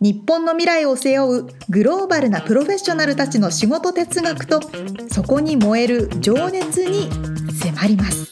日本の未来を背負うグローバルなプロフェッショナルたちの仕事哲学とそこに燃える情熱に迫ります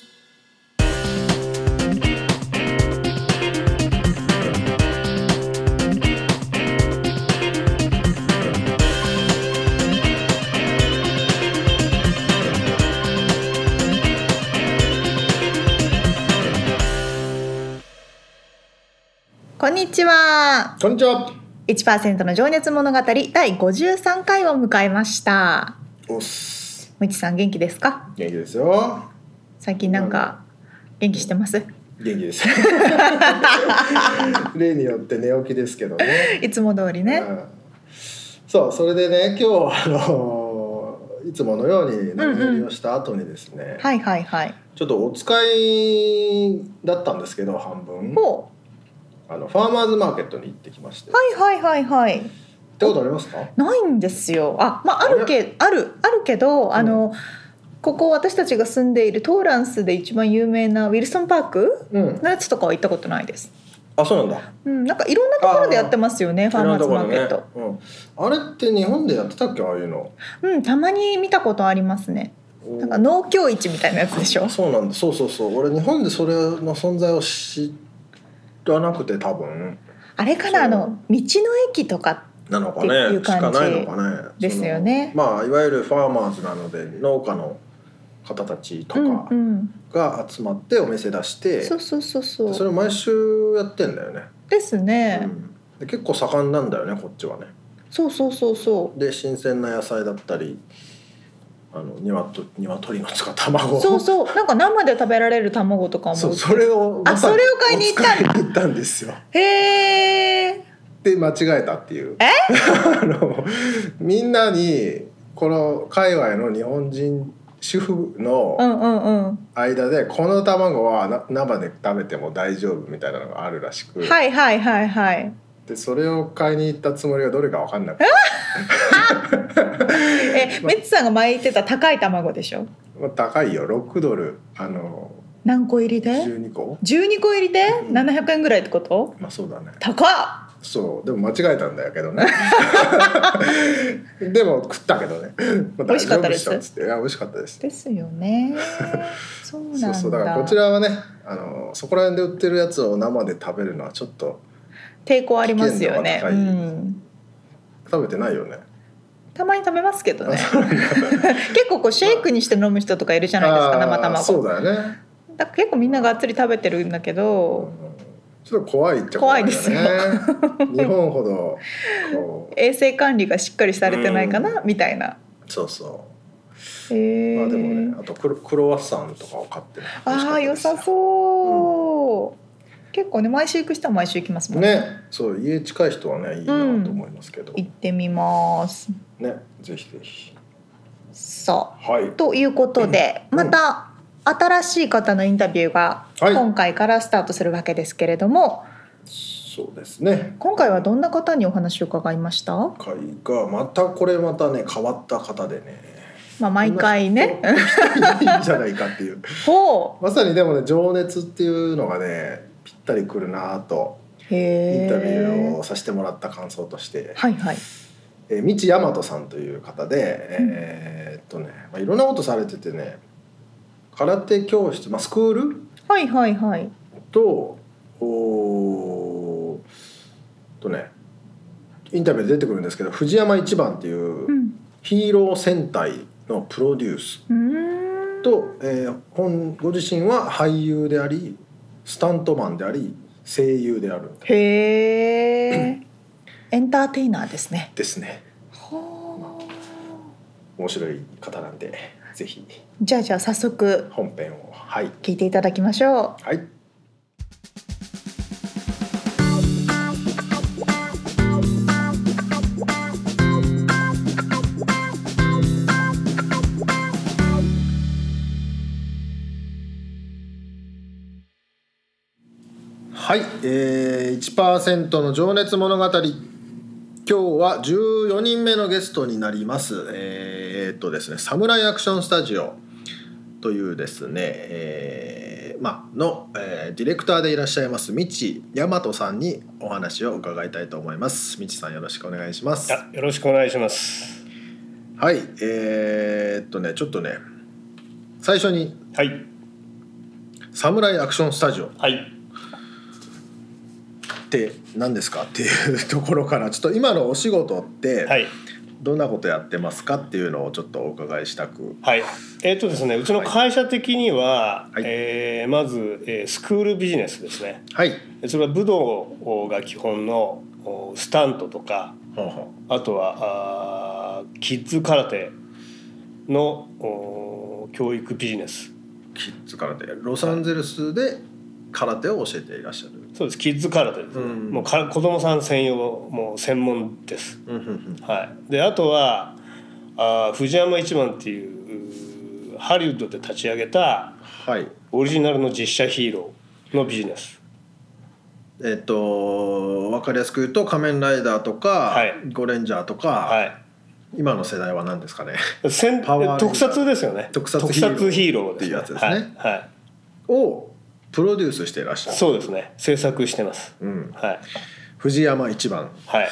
こんにちはこんにちは。 1%の情熱物語第53回を迎えましたおっす。むいちさん元気ですか元気ですよ。最近なんか元気してます元気です。 例によって寝起きですけどね。いつも通りうねんそう、それでね、今日あのいつものように飲み乗りをした後にですね、はいはいはいちょっとお使いだったんですけど半分ほあのファーマーズマーケットに行ってきまして、うはいはいはいはい行ったことありますかないんですよあまああるけあるあるけどあの、ここ私たちが住んでいるトーランスで一番有名なウィルソンパークうんのやつとかは行ったことないです、あそうなんだうん、なんかいろんなところでやってますよねファーマーズマーケット、いろんなところねうん、あれって日本でやってたっけああいうのうんたまに見たことありますねなんか農協市みたいなやつでしょそうなんだそうそうそう俺日本でそれの存在を知らなくて多分あれかなあそうの道の駅とかなのかっていねうし感じかないのかねですよねそのまあいわゆるファーマーズなので農家の方たちとかうんうん、が集まってお店出して、そうそうそうそうそれを毎週やってんだよね、ですね、うんで結構盛んなんだよねこっちはねそうそうそうそで新鮮な野菜だったりあの鶏鶏の使う卵うそうそうなんか生で食べられる卵とかも そうそれをあそれを買いに行ったんだ お使いに行ったんですよへえで間違えたっていう あのみんなにこの界隈の日本人主婦うのんうんうん間でこの卵はな生で食べても大丈夫みたいなのがあるらしく、はいはいはいはいでそれを買いに行ったつもりがどれか分かんなくて、えメッツさんが前言ってた高い卵でしょまあ、高いよ6ドルあの何個入りで12個12個入りでうん700円ぐらいってことまあそうだね高っそうでも間違えたんだけど ねでも食ったけどね、まあ美味しかったです大丈夫しょっつっていや美味しかったですですよ ねそうなんだそうそうだからこちらはねあのそこら辺で売ってるやつを生で食べるのはちょっと抵抗ありますよね危う険度がん食べてないよねたまに食べますけどね 結構こうシェイクにして飲む人とかいるじゃないですか生あーそ卵うだよね、だから結構みんながっつり食べてるんだけうんど、ちょっと怖いっちゃ怖いよね怖 日本ほどこ衛生管理がしっかりされてないかなみたいなうそうそへえうまあでもねあとクロクロワッサンとかを買ってね美味しあかっあたで良すよさそう、結構ね毎週行く人は毎週行きますもんねそう家近い人はねいいなと思いますけど、行ってみますねぜひぜひさはいあということで、うんまた新しい方のインタビューがはい今回からスタートするわけですけれども、そうですね今回はどんな方にお話を伺いましたま会がまたこれまたね変わった方でねあ毎回ねこんな人いいんじゃないかっていうほまさにでもね情熱っていうのがねぴったりくるなぁとうインタビュへえーをさせてもらった感想として、はいはいえー、道大和さんという方で、えーっとね、まあ、いろんなことされててね空手教室、まあ、スクールはいはいはいとおーとねインタビューで出てくるんですけど藤山一番っていううんヒーロー戦隊のプロデュースうーんと、えー本ご自身は俳優でありスタントマンであり声優であるんへえエンターテイナーですねですねほう面白い方なんでぜひじゃあじゃあ早速本編をはい聞いていただきましょうはいはい、えー、1%の情熱物語今日は14人目のゲストになりますえーっとですね「サムライアクションスタジオ」というですね、えーまあの、えーディレクターでいらっしゃいます道大和さんにお話を伺いたいと思います道さんよろしくお願いしますあよろしくお願いします。はいえーっとねちょっとね最初にはい。 「サムライアクションスタジオ」はい。って何ですかっていうところからちょっと今のお仕事って、はい。どんなことやってますかっていうのをちょっとお伺いしたくはい。えっ、とですね、うちの会社的には、はいえーまず、えースクールビジネスですね。はいそれは武道が基本のおスタントとか、ほうほあとはあーキッズ空手のお教育ビジネス。うキッズ空手ロサンゼルスで空手を教えていらっしゃるそうです。キッズ空手ですね。うんもうか子供さん専用もう専門です。うんうんうんはい、であとはあー藤山一番っていううーハリウッドで立ち上げたはいオリジナルの実写ヒーローのビジネスえっと分かりやすく言うと「仮面ライダー」とかはい「ゴレンジャー」とか、は今の世代は何ですかね いせんパワーレンジャー特撮ですよね特撮ヒーロー特撮ヒーローです、ね、っていうやつですねはい、はいをプロデュースしていらっしゃるそうですね制作してますうん、はい藤山一番はい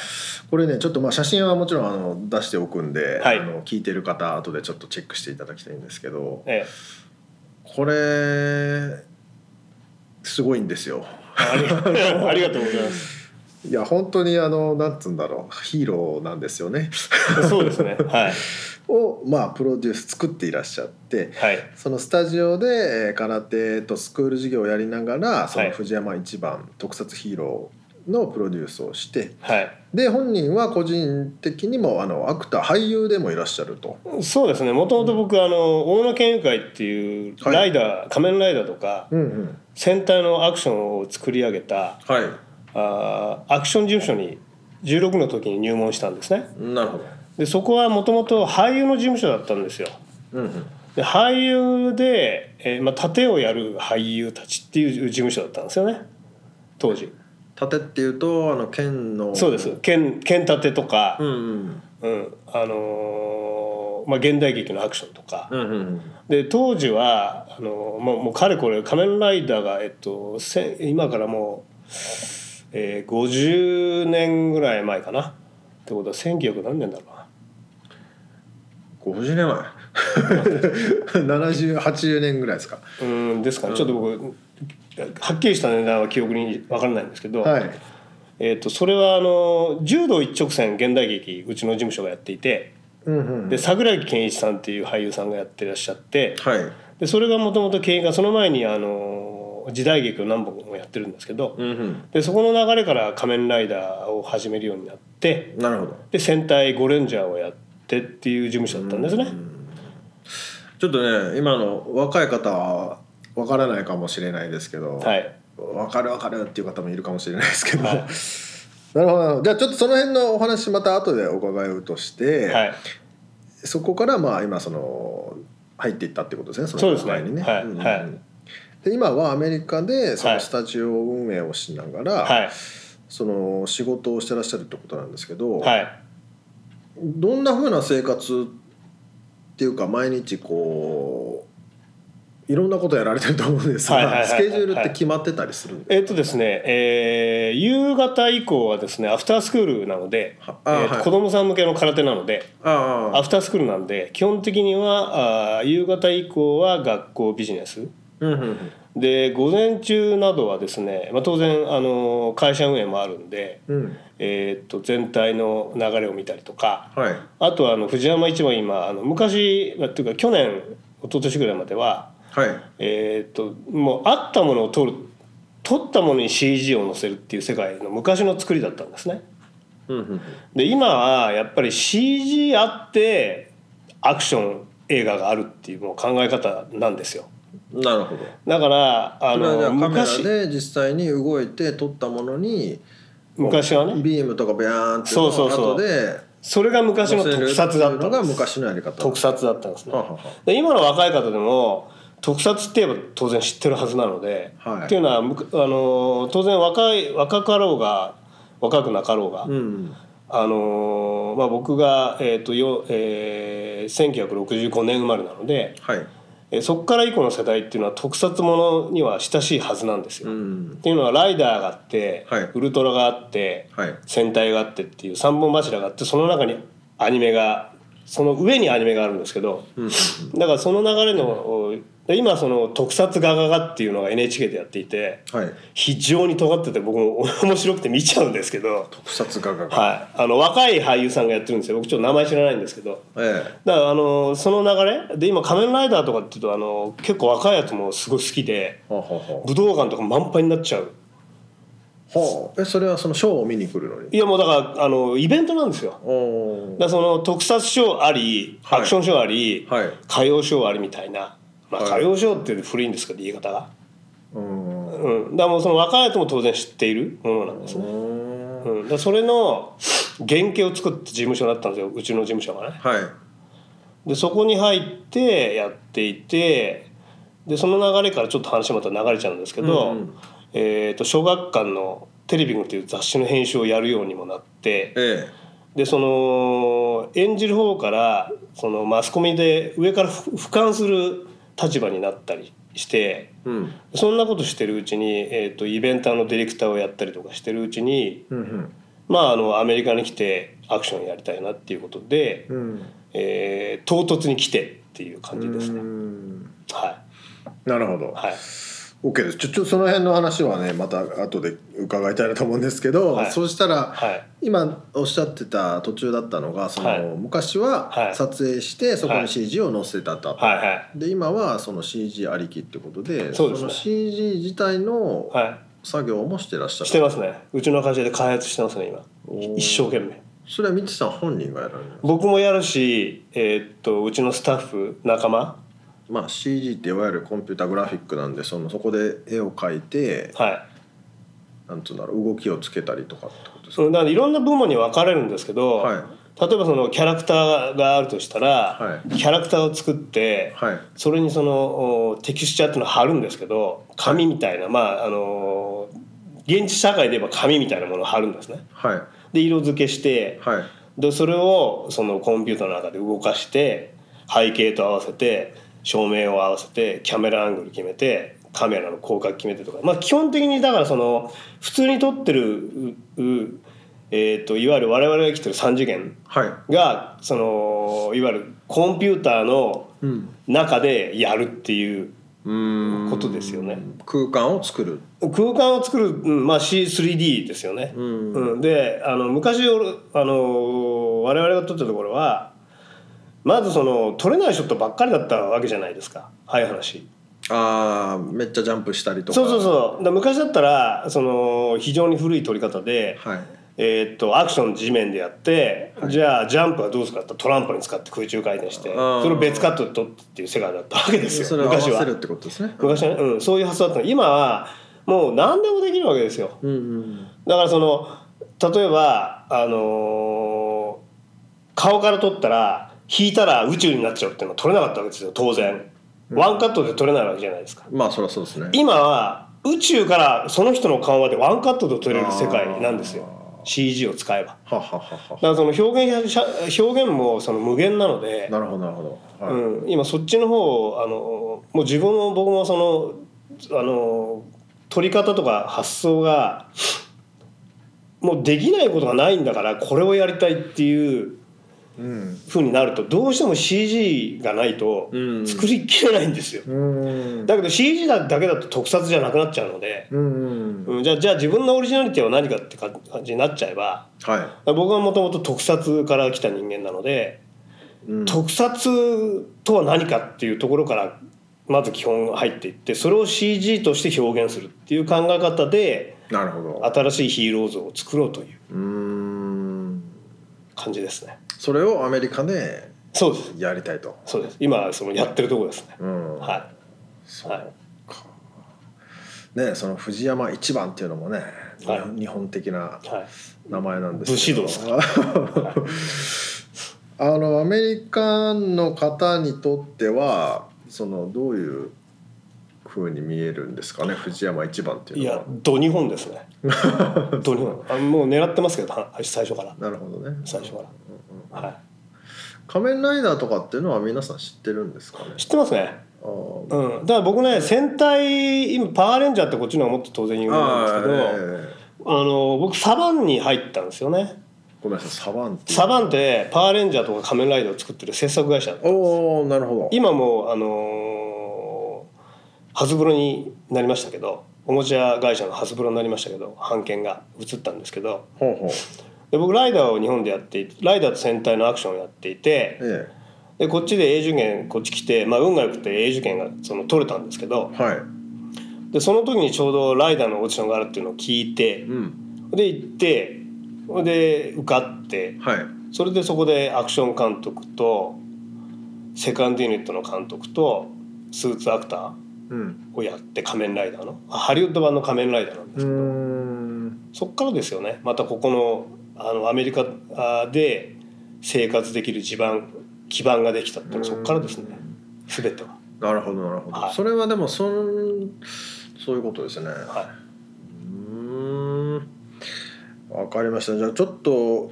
これねちょっとまあ写真はもちろんあの出しておくんで、はいあの聞いてる方後でちょっとチェックしていただきたいんですけどええこれすごいんですよあり ありがとうございますいや本当にあのなんつうんだろうヒーローなんですよね そうですねはいをまあプロデュース作っていらっしゃってはいそのスタジオでえー空手とスクール授業をやりながらそはのい藤山一番特撮ヒーローのプロデュースをしてはいで本人は個人的にもあのアクター俳優でもいらっしゃると。そうですねもともと僕あの大野研究会っていうはいライダー、仮面ライダーとかうんうん、戦隊のアクションを作り上げたはいあーアクション事務所に16の時に入門したんですねなるほど。でそこはもともと俳優の事務所だったんですようんうん、で俳優で、えーまあ、盾をやる俳優たちっていう事務所だったんですよね当時盾っていうとあの剣のそうです剣剣盾とか、んうんうんあのーまあ、現代劇のアクションとか、うんうんで当時はあのもうもうかれこれ仮面ライダーが、えっと、せん今からもう、えー50年ぐらい前かなってことは1900何年だろうな50年 前7080年ぐらいですかうんですかね、ちょっと僕はっきりした値段は記憶に分からないんですけど、はいえっとそれはあの柔道一直線現代劇うちの事務所がやっていてうんうんで桜木健一さんっていう俳優さんがやってらっしゃってはいでそれがもともと経営がその前にあの時代劇を何本もやってるんですけど、うんうんでそこの流れから「仮面ライダー」を始めるようになってなるほどで戦隊ゴレンジャーをやってっていう事務所だったんですね。ちょっとね今の若い方はわからないかもしれないですけど、はい、わかるわかるっていう方もいるかもしれないですけど、はい なるほどなるほどじゃあちょっとその辺のお話また後でお伺いうとして、はいそこからまあ今その入っていったってことですねのそうですね前にねはいうんうんうんはいで今はアメリカでそはのいスタジオ運営をしながら、はいその仕事をしてらっしゃるってことなんですけど、はいどんな風な生活っていうか毎日こういろんなことやられてると思うんですが、はいはいはいスケジュールって決まってたりするんでえっ、とですね、えー夕方以降はですねアフタースクールなので、はえあーとはい子供さん向けの空手なのでああアフタースクールなんで基本的にはあー夕方以降は学校ビジネスうんうんうんで午前中などはですね、まあ、当然あの会社運営もあるんで、うんえー、と全体の流れを見たりとかはいあとはあの藤山一番今あの昔まあっていうか去年一昨年ぐらいまでは、はいえー、ともうあったものを取る取ったものに CG を載せるっていう世界の昔の作りだったんですね。うんうんで今はやっぱり CG あってアクション映画があるっていうもう考え方なんですよ。うんなるほどだからあそれはじゃあのカメラ昔で実際に動いて撮ったものに昔はねビームとかビャーンっていそうそううそのうを後でそれが昔の特載せる撮だったのんでがす昔のやり方特撮だったんですねはあはあはあで今の若い方でも特撮って言えば当然知ってるはずなので、はいっていうのはむくあの当然若い若かろうが若くなかろうが、うんあのまあ、僕が、えーとよえー1965年生まれなので、はいえーそこから以降の世代っていうのは特撮ものには親しいはずなんですよ。うっんていうのはライダーがあって、はいウルトラがあってはい戦隊があってっていう三本柱があってその中にアニメがその上にアニメがあるんですけどうんだからその流れのお今その特撮ガガガっていうのが NHK でやっていてはい非常に尖ってて僕も 面白くて見ちゃうんですけど。特撮画が、はい、あの若い俳優さんがやってるんですよ僕ちょっと名前知らないんですけどえだからあのその流れで今「仮面ライダー」とかっていうとあの結構若いやつもすごい好きでえははは武道館とか満杯になっちゃうはあえそれはそのショーを見に来るのにいやもうだからあのイベントなんですよおおだからその特撮ショーありはいアクションショーあり、はい歌謡ショーありみたいな、まはあ、い歌謡ショーって古いんですけど言い方が、うんううん、だからもうその若いやつも当然知っているものなんですね、ーんうん、だからそれの原型を作った事務所だったんですようちの事務所がねはいでそこに入ってやっていてでその流れからちょっと話また流れちゃうんですけど、うんうんえー、と小学館の「テレビング」っていう雑誌の編集をやるようにもなってえでその演じる方からそのマスコミで上からふ俯瞰する立場になったりしてえうんそんなことしてるうちに、えー、とイベンターのディレクターをやったりとかしてるうちに、うんまあ、あのアメリカに来てアクションやりたいなっていうことで。うんうんえー、唐突に来てっていう感じですうね。んはなるほどい、はい、 OK ですちょちょその辺の話はねまた後で伺いたいなと思うんですけど、はいそうしたら、はい、今おっしゃってた途中だったのがその、はい昔ははい撮影してそこはにい CG を載せたと、はい、はい、で今はその CG ありきってことでそうですねの CG 自体のは作業もしてらっしゃい、る、してますね。うちの会社で開発してますね、今。おー一生懸命。それはみちさん本人がやられる僕もやるし、えーっと、うちのスタッフ、仲間。まあ CG っていわゆるコンピュータグラフィックなんでそのそこで絵を描いてはなんつうんだろう動きをつけたりとかってことでい。すその、だから、いろんな部門に分かれるんですけど。かはい例えば、そのキャラクターがあるとしたら、はキャラクターを作って。はいそれにそのおテキスチャーっていうのを貼るんですけど紙みたいな、まああの現地社会で言えば紙みたいなものを貼るんですね。はいで色付けしてはいでそれをそのコンピューターの中で動かして背景と合わせて照明を合わせてキャメラアングル決めてカメラの広角決めてとか、まあ、基本的にだからその普通に撮ってるううえー、といわゆる我々が生きてる3次元はいがそのいわゆるコンピューターのうん中でやるっていううーんことですよね空間を作る空間を作る、うんまあ、C3D ですよね。うんうん、であの昔俺あの我々が撮ったところはまずその撮れないショットばっかりだったわけじゃないですかああいう話あーめっちゃジャンプしたりとかそうそうそうだ昔だったらその非常に古い撮り方で、はいえーっとアクション地面でやって、はいじゃあジャンプはどうするかってトランポリン使って空中回転してあーそれを別カットで撮ってっていう世界だったわけですそよれを合わ昔せはるってことですね昔はね、うん、そういう発想だったの今はもう何でもできるわけですようんうんだからその例えば、あのー顔から撮ったら引いたら宇宙になっちゃうっていうのは撮れなかったわけですよ当然ワンカットで撮れないわけじゃないですか、まあそりゃそうですね今は宇宙からその人の顔までワンカットで撮れる世界なんですよあ CG を使えばははははだからその表現者表現もその無限なのでなるほどなるほど、はいうん、今そっちの方をあのもう自分も僕もそのあの取り方とか発想がもうできないことがないんだからこれをやりたいっていううん風になるとどうしても CG がないとうん作りきれないんですよ、うんだけど CG だけだと特撮じゃなくなっちゃうので、うんうん、じゃあじゃあ自分のオリジナリティは何かって感じになっちゃえばは僕はもともと特撮から来た人間なのでい、うん、特撮とは何かっていうところからまず基本入っていってそれを CG として表現するっていう考え方でなるほど新しいヒーロー像を作ろうといううーん感じですねそれをアメリカでそうですやりたいと、そうです今そのやってるところですねうんはそいうはいねその藤山一番っていうのもね、はい日本的なはい名前なんですけ武士道 あのアメリカンの方にとってはそのどういう風に見えるんですかね藤山一番っていいうのやはド日本で すねド日本あもう狙ってますけどは最初からなるほどね最初からは仮面ライダーとかっていうのは皆さん知ってるんですかねい知ってますねあーうん、だから僕ね戦隊今パワーレンジャーってこっちの方がもっと当然有名なんですけどああ,、ーええの僕サバンに入ったんですよねごめんなさいサバンっていうサバンってパワーレンジャーとか仮面ライダーを作ってる制作会社おおなるほど今もうあのーハズブロになりましたけどおもちゃ会社のハズブロになりましたけど版権が移ったんですけどほうほうで僕ライダーを日本でやっていてライダーと戦隊のアクションをやっていてえでこっちで永住権こっち来て、まあ、運が良くて永住権がその取れたんですけどえはいでその時にちょうどライダーのオーディションがあるっていうのを聞いてうんで行ってで受かってはいそれでそこでアクション監督とセカンドユニットの監督とスーツアクターうんをやって仮面ライダーのあハリウッド版の仮面ライダーなんでうすけど、ーんそっからですよねまたここのあのアメリカあで生活できる地盤基盤ができたっていうのはそっからですね全ては。なるほどなるほど、はいそれはでもそんそういうことですねはうーんわかりましたじゃあちょっと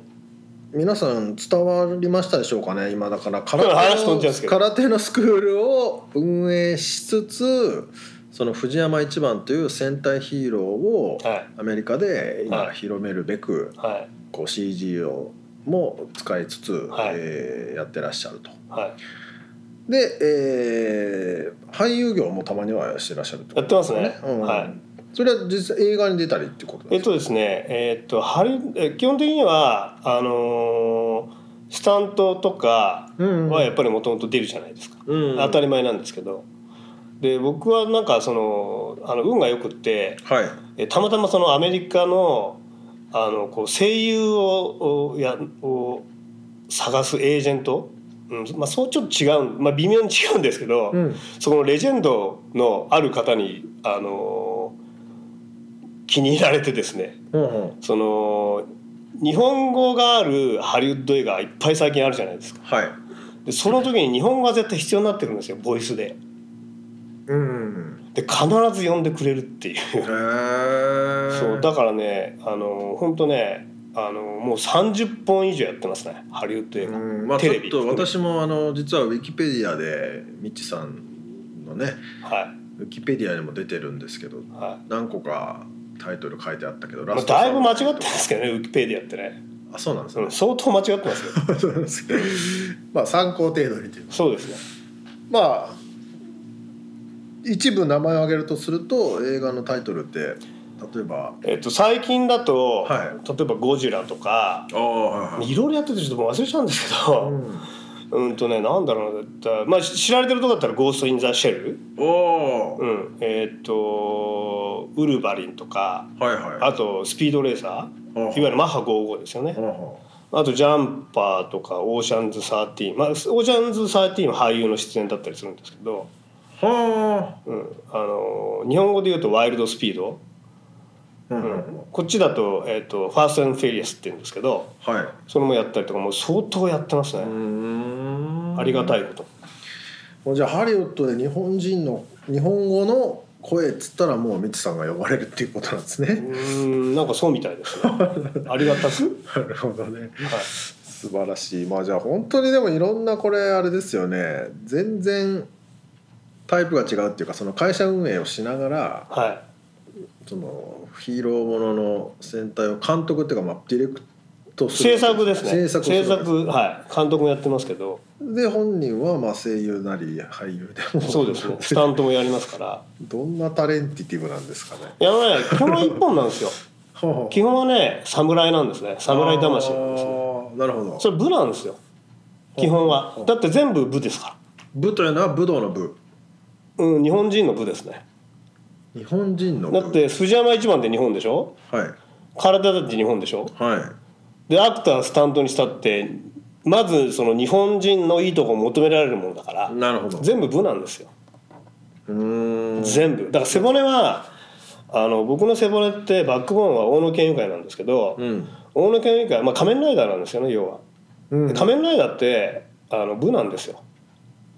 皆さん伝わりましたでしょうかね今だから空手話飛んじゃうんですけのど空手のスクールを運営しつつその藤山一番という戦隊ヒーローをい、はいアメリカで今はい広めるべくはいこう CG をも使いつつ、はいえーやってらっしゃると。はいで、えー俳優業もたまにはしてらっしゃるってことですやってますねうんはいそれは実際映画に出たりってことえでっすかとですね、えっとハリえ基本的にはあのースタントとかうんはやっぱりもともと出るじゃないですか、うん当たり前なんですけどで僕はなんかそのあの運がよくってはいえたまたまそのアメリカのあのこう声優ををやを探すエージェント、うんまあ、そうちょっと違う、まあ、微妙に違うんですけど、んそこのレジェンドのある方に、あのー気に入られてですねうんうんその日本語があるハリウッド映画いっぱい最近あるじゃないですかはいでその時に日本語が絶対必要になってくるんですよボイスでうんで必ず呼んでくれるっていうへえそうだからねあの本当ねあのもう30本以上やってますねハリウッド映画、うんまあ、ちテょレっビと私もあの実はウィキペディアでみちさんのねはウィキペディアにも出てるんですけどい、はい何個かタイトル書いてあったけどまラあ、ストさんだいぶ間違ってますけどねウィキペディアってね、あそうなんですうねん、相当間違ってますよ そうなんですけどまあ参考程度にというそうですねまあ一部名前を挙げるとすると映画のタイトルって例えばえっと最近だと、はい例えば「ゴジラ」とかああはいろいろやっててちょっともう忘れちゃうんですけうどん、うんとねなんだろうなだまあし知られてるとこだったら「ゴースト・イン・ザ・シェル」おお、うん、えっと「ウルヴァリン」とかはいはいあと「スピードレーサー」うんいわゆるマッハ55ですよねうんうんあと「ジャンパー」とか「オーシャンズ13」まあオーシャンズ13は俳優の出演だったりするんですけど、はうん、あの日本語で言うと「ワイルド・スピード」あ、うんううんん、こっちだと「えっとファースト・アンド・フェリアス」って言うんですけどはいそれもやったりとかもう相当やってますね、んありがたいこともうじゃあハリウッドで日本人の日本語の声っつったらもうミツさんが呼ばれるっていうことなんですうね、んなんかそうみたいです ねありがたく、なるほどねはい、素晴らしいまあじゃあ本当にでもいろんなこれあれですよね全然タイプが違うっていうかその会社運営をしながらはそのヒーローものの戦隊を監督っていうかまあディレクトい、する制作ですね制作をするはい監督もやってますけどで本人はまあ声優なり俳優でもそうですね スタントもやりますからどんなタレンティティブなんですかね いやねこの一本なんですよほう基本はね侍なんですね侍魂なんですねあーなるほどそれ部なんですよ基本はだって全部部ですか部というのは武道の部らうん日本人の部ですね日本人の部だって藤山一番って日本でしょはい体だって日本でしょはでアクタースタントにしたってまずその日本人のいいとこを求められるものだからいなるほど全部部なんですようーん全部だから背骨はあの僕の背骨ってバックボーンは大野研究会なんですけど、うん大野研究会、まあ、仮面ライダーなんですよね要は、うん仮面ライダーってあの部なんですよ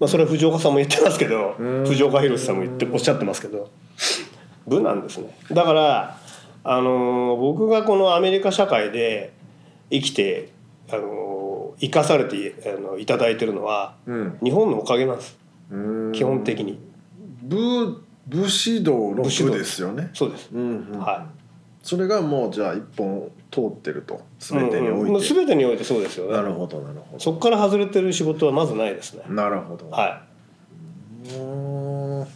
まあ、それは藤岡さんも言ってますけどうん藤岡弘さんも言っておっしゃってますけど無なんですねだから、あのー僕がこのアメリカ社会で生きて、あのー生かされてあのいただいてるのはうん日本のおかげなんですうん基本的に武武士道の武士道武ですよねそうです、うんうんはそれがもうじゃあ一本通ってるとい全てにうんおうんいもうて、全てにおいてそうですよなねるほどなるほそこから外れてる仕事はまずないですねどなるほど、はうーんいはい、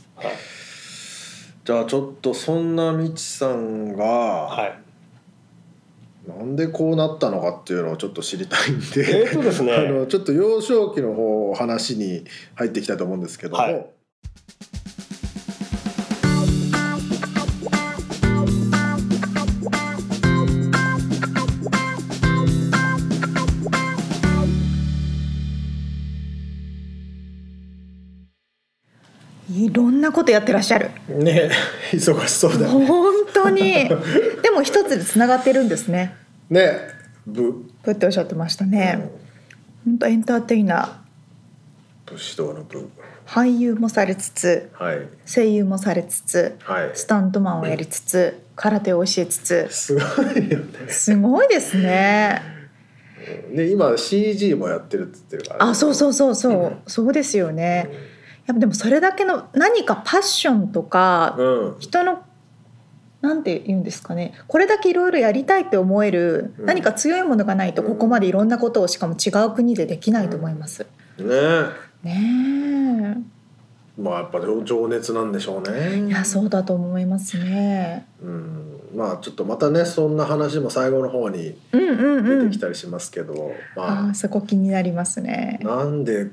じゃあちょっとそんなみちさんが、はいなんでこうなったのかっていうのをちょっと知りたいんえでーとです ねあのちょっと幼少期の方話に入っていきたいと思うんですけども、はいいろんなことやってらっしゃるね忙しそうだよ ね本当にでも一つでつながってるんですねねぶぶっておっしゃってましたね、本当エンターテイナ武士道の部ー俳優もされつつはい声優もされつつはいスタントマンをやりつつ空手を教えつつすごいよねすごいですねね今 CG もやってるって言ってるからね、あそうそうそうそう、うんそうですよねやっぱでもそれだけの何かパッションとかうん人のなんて言うんですかねこれだけいろいろやりたいって思えるうん何か強いものがないとうんここまでいろんなことをしかも違う国でできないと思います。ねねまあやっぱ情熱なんでしょうえねいやそうだと思いますね。うんまあちょっとまたねそんな話も最後の方にうんうんう出てんき。たりしますけど、あまーそこ気になりますねあ。なんで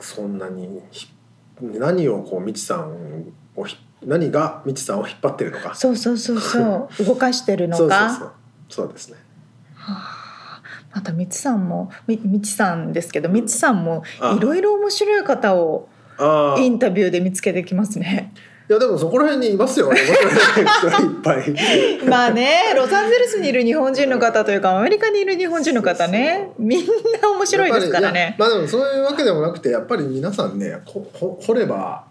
そんなにひ何をこうみちさんをひ何がみちさんを引っ張ってるのかそうそう そうそう動かしてるのか。そうそうそうそうですねはあまたみちさんもみみちさんですけどみちさんもいろいろ面白い方をああイいンタビューで見つけてきます ね。やでもそこら辺にいます よね面白い人いっぱいまあねロサンゼルスにいる日本人の方というかアメリカにいる日本人の方ねみんな面白いですからやっぱりいやね。まあでもそういうわけでもなくてやっぱり皆さんねこほ掘れば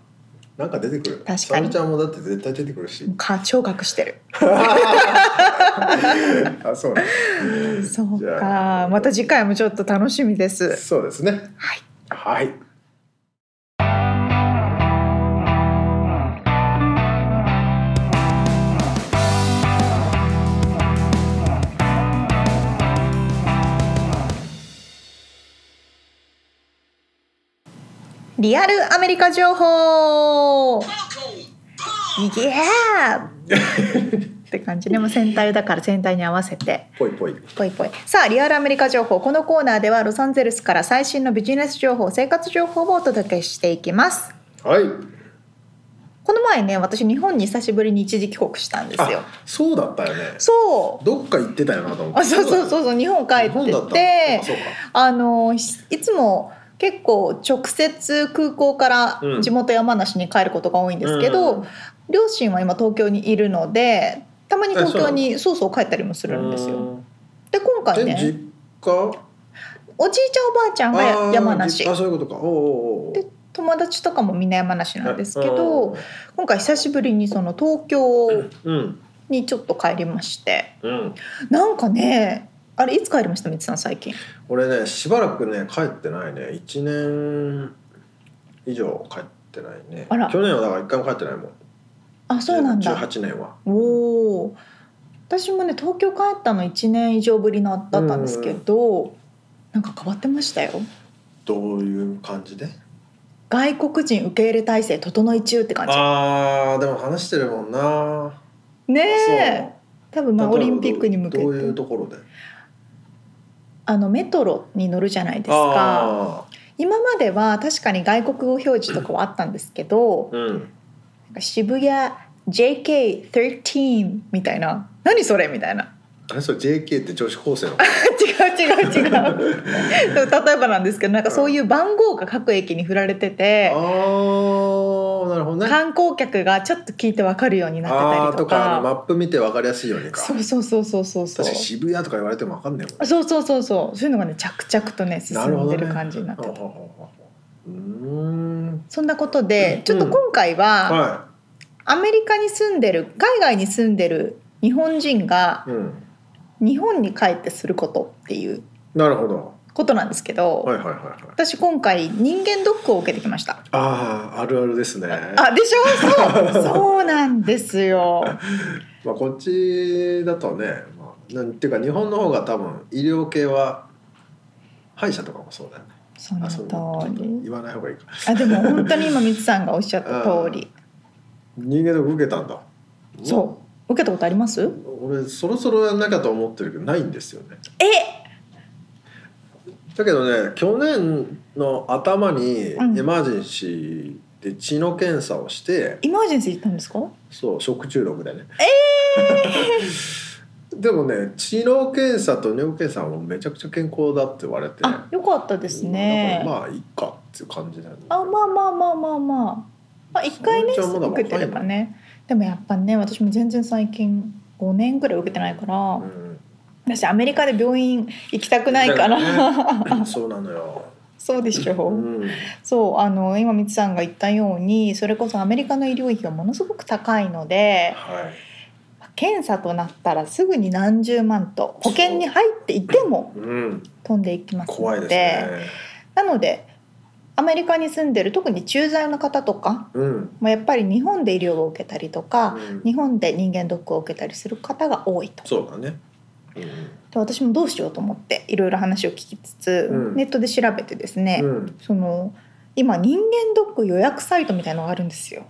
なんか出てくるかに沙織ちゃんもだって絶対出てくるしか聴覚してる。あそうなんです そうじゃかあまた次回もちょっと楽しみです。そうですねはいはいリアルアメリカ情報イエーって感じでも戦隊だから戦隊に合わせて。ぽいぽいぽいぽいさあリアルアメリカ情報このコーナーではロサンゼルスから最新のビジネス情報生活情報をお届けしていきますはいこの前ね私日本に久しぶりに一時帰国したんですよあそうだったよねそうどっか行ってたよなと思ってあそうそうそうそう日本帰日っ本だてったてあそうかあのいいつも結構直接空港からうん地元山梨に帰ることが多いんですけうんど、両親は今東京にいるのでたまに東京にそうそう帰ったりもするんですよ。で今回え実ね家おじいちゃんおばあちゃんがあー山梨じあそういうことかおうおうおうで友達とかもみんな山梨なんですけうどん今回久しぶりにその東京うんにちょっと帰りましてうんなんかねあれいつ帰りましたみつさん最近俺ねしばらくね帰ってないね一年以上帰ってないねあら去年はだから一回も帰ってないもんあそうなんだ18年はおおー私もね東京帰ったの1年以上ぶりなだったんですけど、なんか変わってましたよどういう感じで外国人受け入れ体制整い中って感じあーでも話してるもんなねえ多分まあオ例えばどうリンピックに向けてどういうところであのメトロに乗るじゃないですかあ今までは確かに外国語表示とかはあったんですけど、ーうんなんか渋谷 JK13 みたいな何それみたいなあれそれ JK って女子高生の違う違う違 うでも例えばなんですけどなんかそういう番号が各駅に振られててああなるほどね観光客がちょっと聞いて分かるようになってたありーととかあのマかップ見て分かりやすいようにかそうそうそうそうそうそう確かに渋谷とか言われても分かんないもんねそうそうそうそうそういうのがね着々とね進なるほんどでねる感じになってほうた、ほうほうほうーんそんなことでちょっと今回は、はアメリカに住んでる海外に住んでる日本人がい、うん、日本に帰ってすることっていうなるほどことなんですけど、はいはいはいはい私今回人間ドックを受けてきました。あああるあるですねあでしょ そうそうなんですよ。まあこっちだとね、まあ、なんていうか日本の方が多分医療系は歯医者とかもそうだよねそのあそうちょ通っとり。言わない方がいいかあでも本当に今みつさんがおっしゃった通り、人間ドック受けたんだそう受けたことあります？俺そろそろやんなきゃと思ってるけどないんですよねえだけどね去年の頭にエうんマージェンシーで血の検査をして、イマージェンシー行ったんですか？そう食中毒でねえ でもね血の検査と尿検査はもうめちゃくちゃ健康だって言われてあよかったですね。まあだからまあいいかっていう感じだよねあまあまあまあまあまあ、まあ、一回ねそれじゃまだ受けてればねでもやっぱね私も全然最近5年ぐらい受けてないから、うん私アメリカで病院行きたくないから、だよねそうなのよ、 そうでしょ、うん、そうあの今みつさんが言ったようにそれこそアメリカの医療費がものすごく高いのではい検査となったらすぐに何十万と保険に入っていてもうん、飛んでいきますので怖いですねなのでアメリカに住んでる特に駐在の方とかうん、まあ、やっぱり日本で医療を受けたりとうか、ん日本で人間ドックを受けたりする方が多いとでそうだね、うん私もどうしようと思っていろいろ話を聞きつつ、うんネットで調べてですね、うん、その今人間ドック予約サイトみたいのがあるんですよ。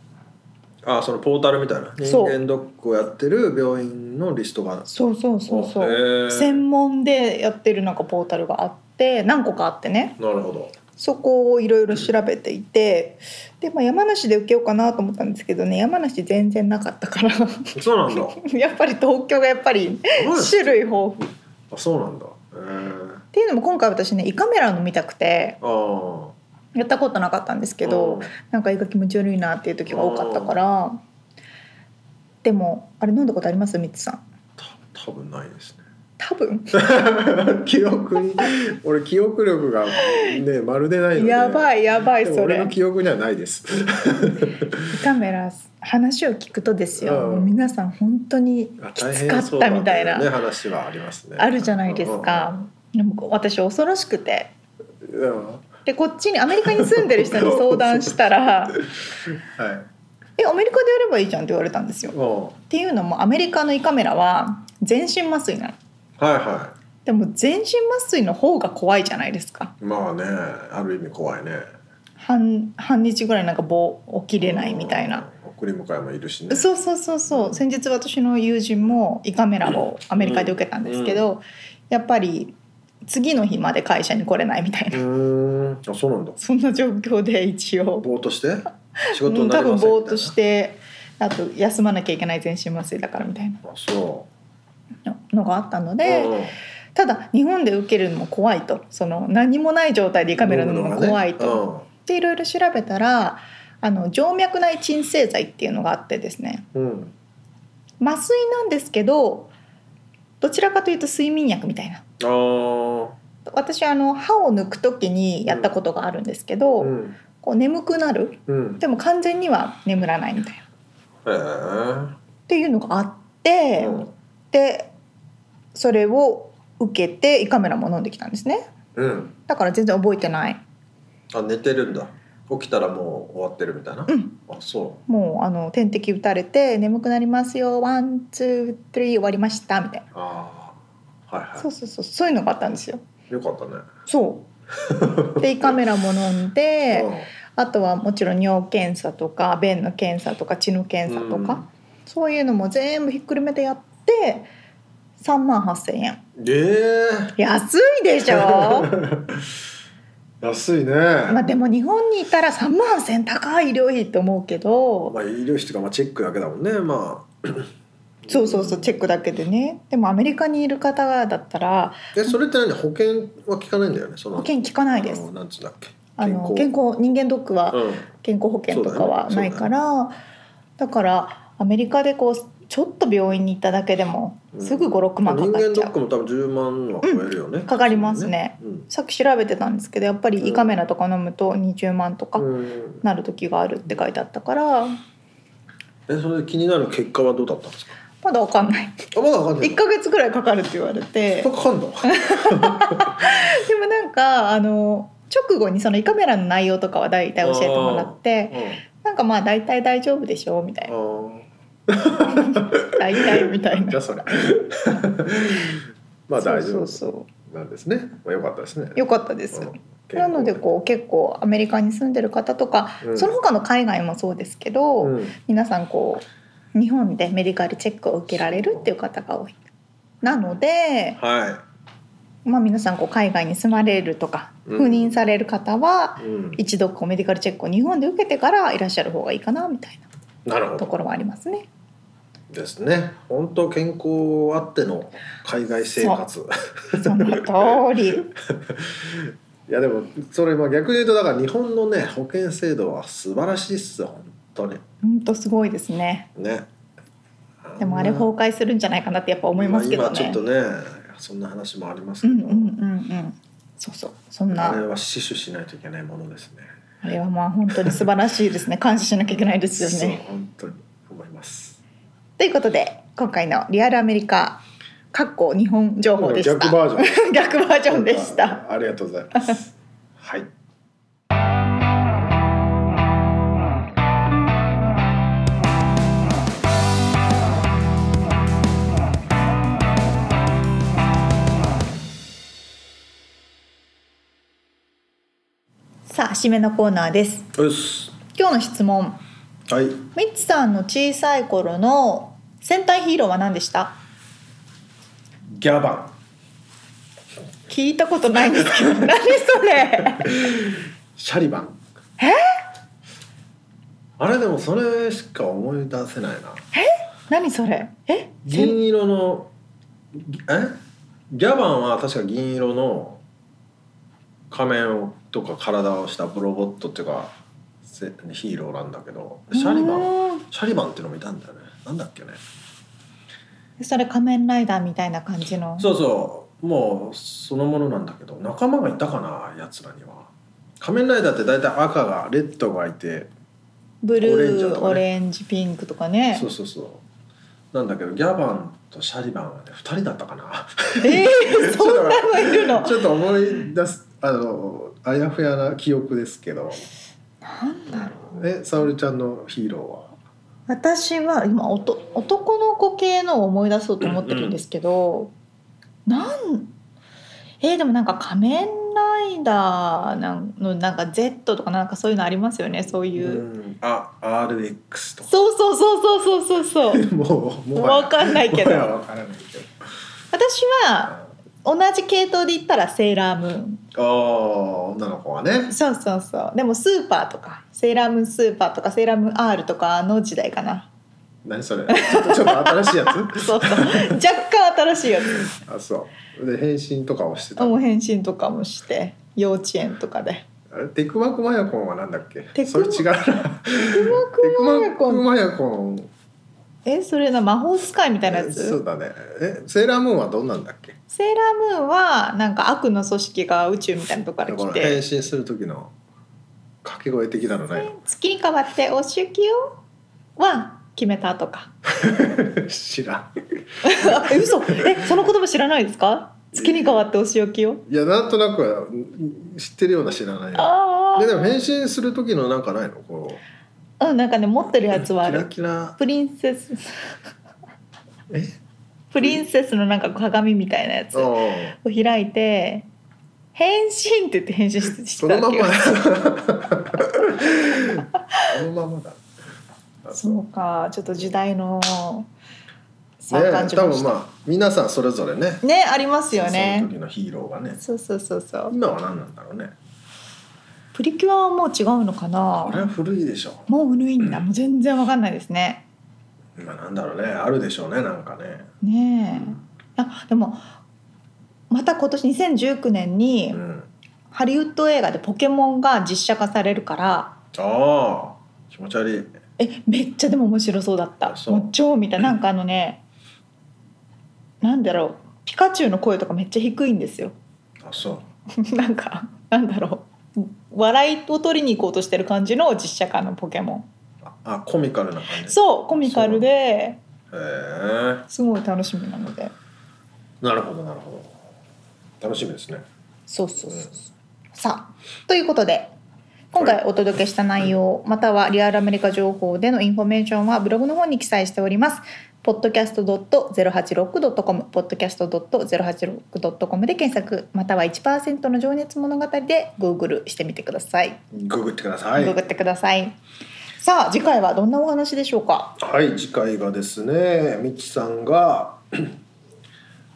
あそのポータルみたいな人そう間ドックをやってる病院のリストがあるそうそうそうそあへう。ー専門でやってるなんかポータルがあって何個かあってねなるほどそこをいろいろ調べていてで、まあ、山梨で受けようかなと思ったんですけどね山梨全然なかったから そうなんだやっぱり東京がやっぱりそうです種類豊富あそうなんだへえっていうのも今回私ね胃カメラの見たくてああやったことなかったんですけど、なんか胃が気持ち悪いなっていう時が多かったからでもあれ飲んだことありますみつさんた多分ないですね多分 記憶に俺記憶力がねまるでないのでやばいやばいでもそ俺れの記憶にはない です胃カメラ話を聞くとですよ、うん皆さん本当にあき大つ変かそっうだたねみたいな、ね話はありますねあるじゃないですか、でも私恐ろしくてうんうんうんはでこっちにアメリカに住んでる人に相談した ら「えアメリカでやればいいじゃん」って言われたんですよい。もっていうのもアメリカの胃カメラは全身麻酔なのうはいはでも全身麻酔の方が怖いじゃないですかいまあねある意味怖いね半半日ぐらいなんか棒起きれないみたいな、うん送り迎えもいるしねそうそうそうそう先日私の友人も胃カメラをアメリカで受けたんですけど、やっぱり次の日まで会社に来れないみたいうな、ーんあそうなんだそんな状況で一応ぼーっとして仕う事にんな多りませ分んみたいなぼーっとしてあと休まなきゃいけない全身麻酔だからみたいなあそののがあったのうで。うんただ日本で受けるのも怖いとその何もない状態で胃カメラのも怖いと、でいろいろ調べたらあの静脈内鎮静剤っていうのがあってですねうんうん麻酔なんですけどどちらかというと睡眠薬みたいなあー私あの歯を抜く時にやったことがあるんですけど、うんこう眠くなるうんでも完全には眠らないみたいなっへえていうのがあって、うんでそれを受けて胃カメラも飲んできたんですねうんだから全然覚えてないあ寝てるんだ起きたらもう終わってるみたいな、うんあそもうあの点滴打たれて眠くなりますよワンツースリー終わりましたみたいうああはいなはそうそうそうそういうのがあったんですよいよかったねそう で胃カメラも飲んであとはもちろん尿検査とか便の検査とか血の検査とか、うんそういうのも全部ひっくるめてやって3万8,000円うんえ安いでし ょえ安いねままあでも日本にいたら3万8,000円高い医療費って思うけどあ医療費とかまあチェックだけだもんねまあ そうそうそうチェックだけでねでもアメリカにいる方だったらえそれって何保険は効かないんだよねその保険効かないですあのなんつうんだっけあの健康人間ドックはうん健康保険とかはないからだ,、からアメリカでこうちょっと病院に行っただけでもうんすぐ56万か人かっ間ちドゃッう、クも多分10万は超えるよね、かかりますねうんさっき調べてたんですけどやっぱり胃カメラとか飲むと20万とかうんなる時があるって書いてあったからえそれで気になる結果はどうだったんですかまだわかんないあまだわかんない1ヶ月ぐらいかかるって言われ て かかんだでもなんかあの直後にその胃カメラの内容とかは大体教えてもらってなんかまあ大体大丈夫でしょうみたいなうん大体みたいじなゃあそれ まあ大丈そう夫そうそなんですねまあ良かったですねうよかったですうんなのでこう結構アメリカに住んでる方とか、うんその他の海外もそうですけど、うん皆さんこう日本でメディカルチェックを受けられるっていう方が多いなので、はまあ、皆さんこう海外に住まれるとかうん、赴任される方はいうん、一度こうメディカルチェックを日本で受けてからいらっしゃる方がいいかなみたいなるほなとどころはあります ね。ですね本当健康あっての海外生活その通り いやでもそれまあ逆に言うとだから日本のね保険制度は素晴らしいっすよ本当に本当すごいですね。ねでもあれ崩壊するんじゃないかなってやっぱ思いますけどまあ今ねちょ。っとねそんな話もありますうけんうんど、うんうん。そうそうそんなあれは死守しないといけないものですねあれはまあ本当に素晴らしい ですね。感謝しなきゃいけないですよそうね。本当に思いますということで今回のリアルアメリカかっこ日本情報でした。逆バージョ ン逆バージョンでした。ありがとうございます。はい。さあ締めのコーナーです。うっす。今日の質問。はい。ミッチさんの小さい頃の戦隊ヒーローは何でしたギャバン。聞いたことないんです けど何それシャリバン。え？あれでもそれしか思い出せないな。何それえ銀色のえ？ギャバンは確か銀色の仮面をとか体をしたロボットっていうかせヒーローなんだけど、シャリバン。ンシャリバンっていうのもいたんだよね。なんだっけね。それ仮面ライダーみたいな感じのそうそうもうそのものなんだけど仲間がいたかなやつらには仮面ライダーって大体赤がレッドがいてブオレンジだルーとかねオレンジピンクとかねそうそうそうなんだけどギャバンとシャリバンはね2人だったかなえー、そんなのいるの ちょっと思い出すあのあやふやな記憶ですけどなんだろうえ沙織ちゃんのヒーロ私は今おと男の子系のを思い出そうと思ってるんですけど、なんえーでもなんか仮面ライダーなんのなんか Z とかなんかそういうのありますよねそうーいうう、んあ RX とかそうそうそうそうそうそうそうもうもはやわかんないけどもはやわからないけど私はあ同じ系統で言ったらセーラームーンあー女の子はねそうそうそうでもスーパーとかセーラームーンスーパーとかセーラームーン R とかの時代かな何それちょっとちょっと新しいやつ そうそう若干新しいやつあそうで変身とかをしてたもう変身とかもして幼稚園とかであれテクマクマヤコンはなんだっけテクそれ違うなテクマクマヤコンえそれな魔法使いみたいなやえそうつだねえセーラームーンはどんなんだっけセーラームーンはなんか悪の組織が宇宙みたいなとこからこ来の変て身する時の掛け声的なのないの月に変わってお仕置きをは決めたとか 知らえ 嘘えその言葉知らないですか月に変わってお仕置きをんいやなんとなくはん知ってるような知らないよあででも変身する時のなんかないのこうあうんなんかね持ってるやつはあキラるキラプリンセスえプリンセスのなんか鏡みたいなやつをおう開いて「変身」って言って変身してしそてたのまわんけまよだ そのまんまだあそうかちょっと時代の差をね感じ多まし分たまあ皆さんそれぞれねねありますよそねの時のヒーローがねそうそうそうそう今は何なんだろうねプリキュアはもう違うのかあなれは古いでしょもう古いんだもう全然わかんないですねまあなんだろうねあるでしょうねなんかねねえあでもまた今年2019年にうんハリウッド映画で「ポケモン」が実写化されるからああ気持ち悪いえめっちゃでも面白そうだったそうもう超見たなんかあのねなんだろうピカチュウの声とかめっちゃ低いんですよ あそうなんかなんだろう笑いを取りに行こうとしてる感じの実写化のポケモンああコミカルな感じそうコミカルでへえすごい楽しみなのでなるほどなるほど楽しみですねそうそうそうそうさあということで今回お届けした内容またはリアルアメリカ情報でのインフォメーションはブログの方に記載しております podcast.086.com podcast.086.com で検索または1%の情熱物語で Google してみてください、ググってくださいググってくださいさあ次回はどんなお話でしょうかはい次回がですねみちさんが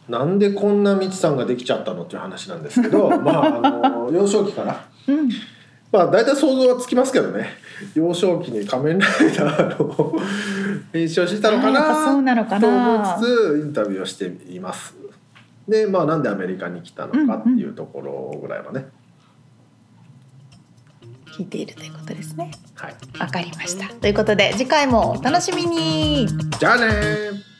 なんでこんなみちさんができちゃったのっていう話なんですけど まああの幼少期からうんまあ大体想像はつきますけどね幼少期に仮面ライダーの 練習をしてたのかあーやっぱそうなのかなとな思いつつインタビューをしていますでまあなんでアメリカに来たのかっていうところぐらいはね、聞いているということですねはいわかりましたということで次回もお楽しみにじゃあねー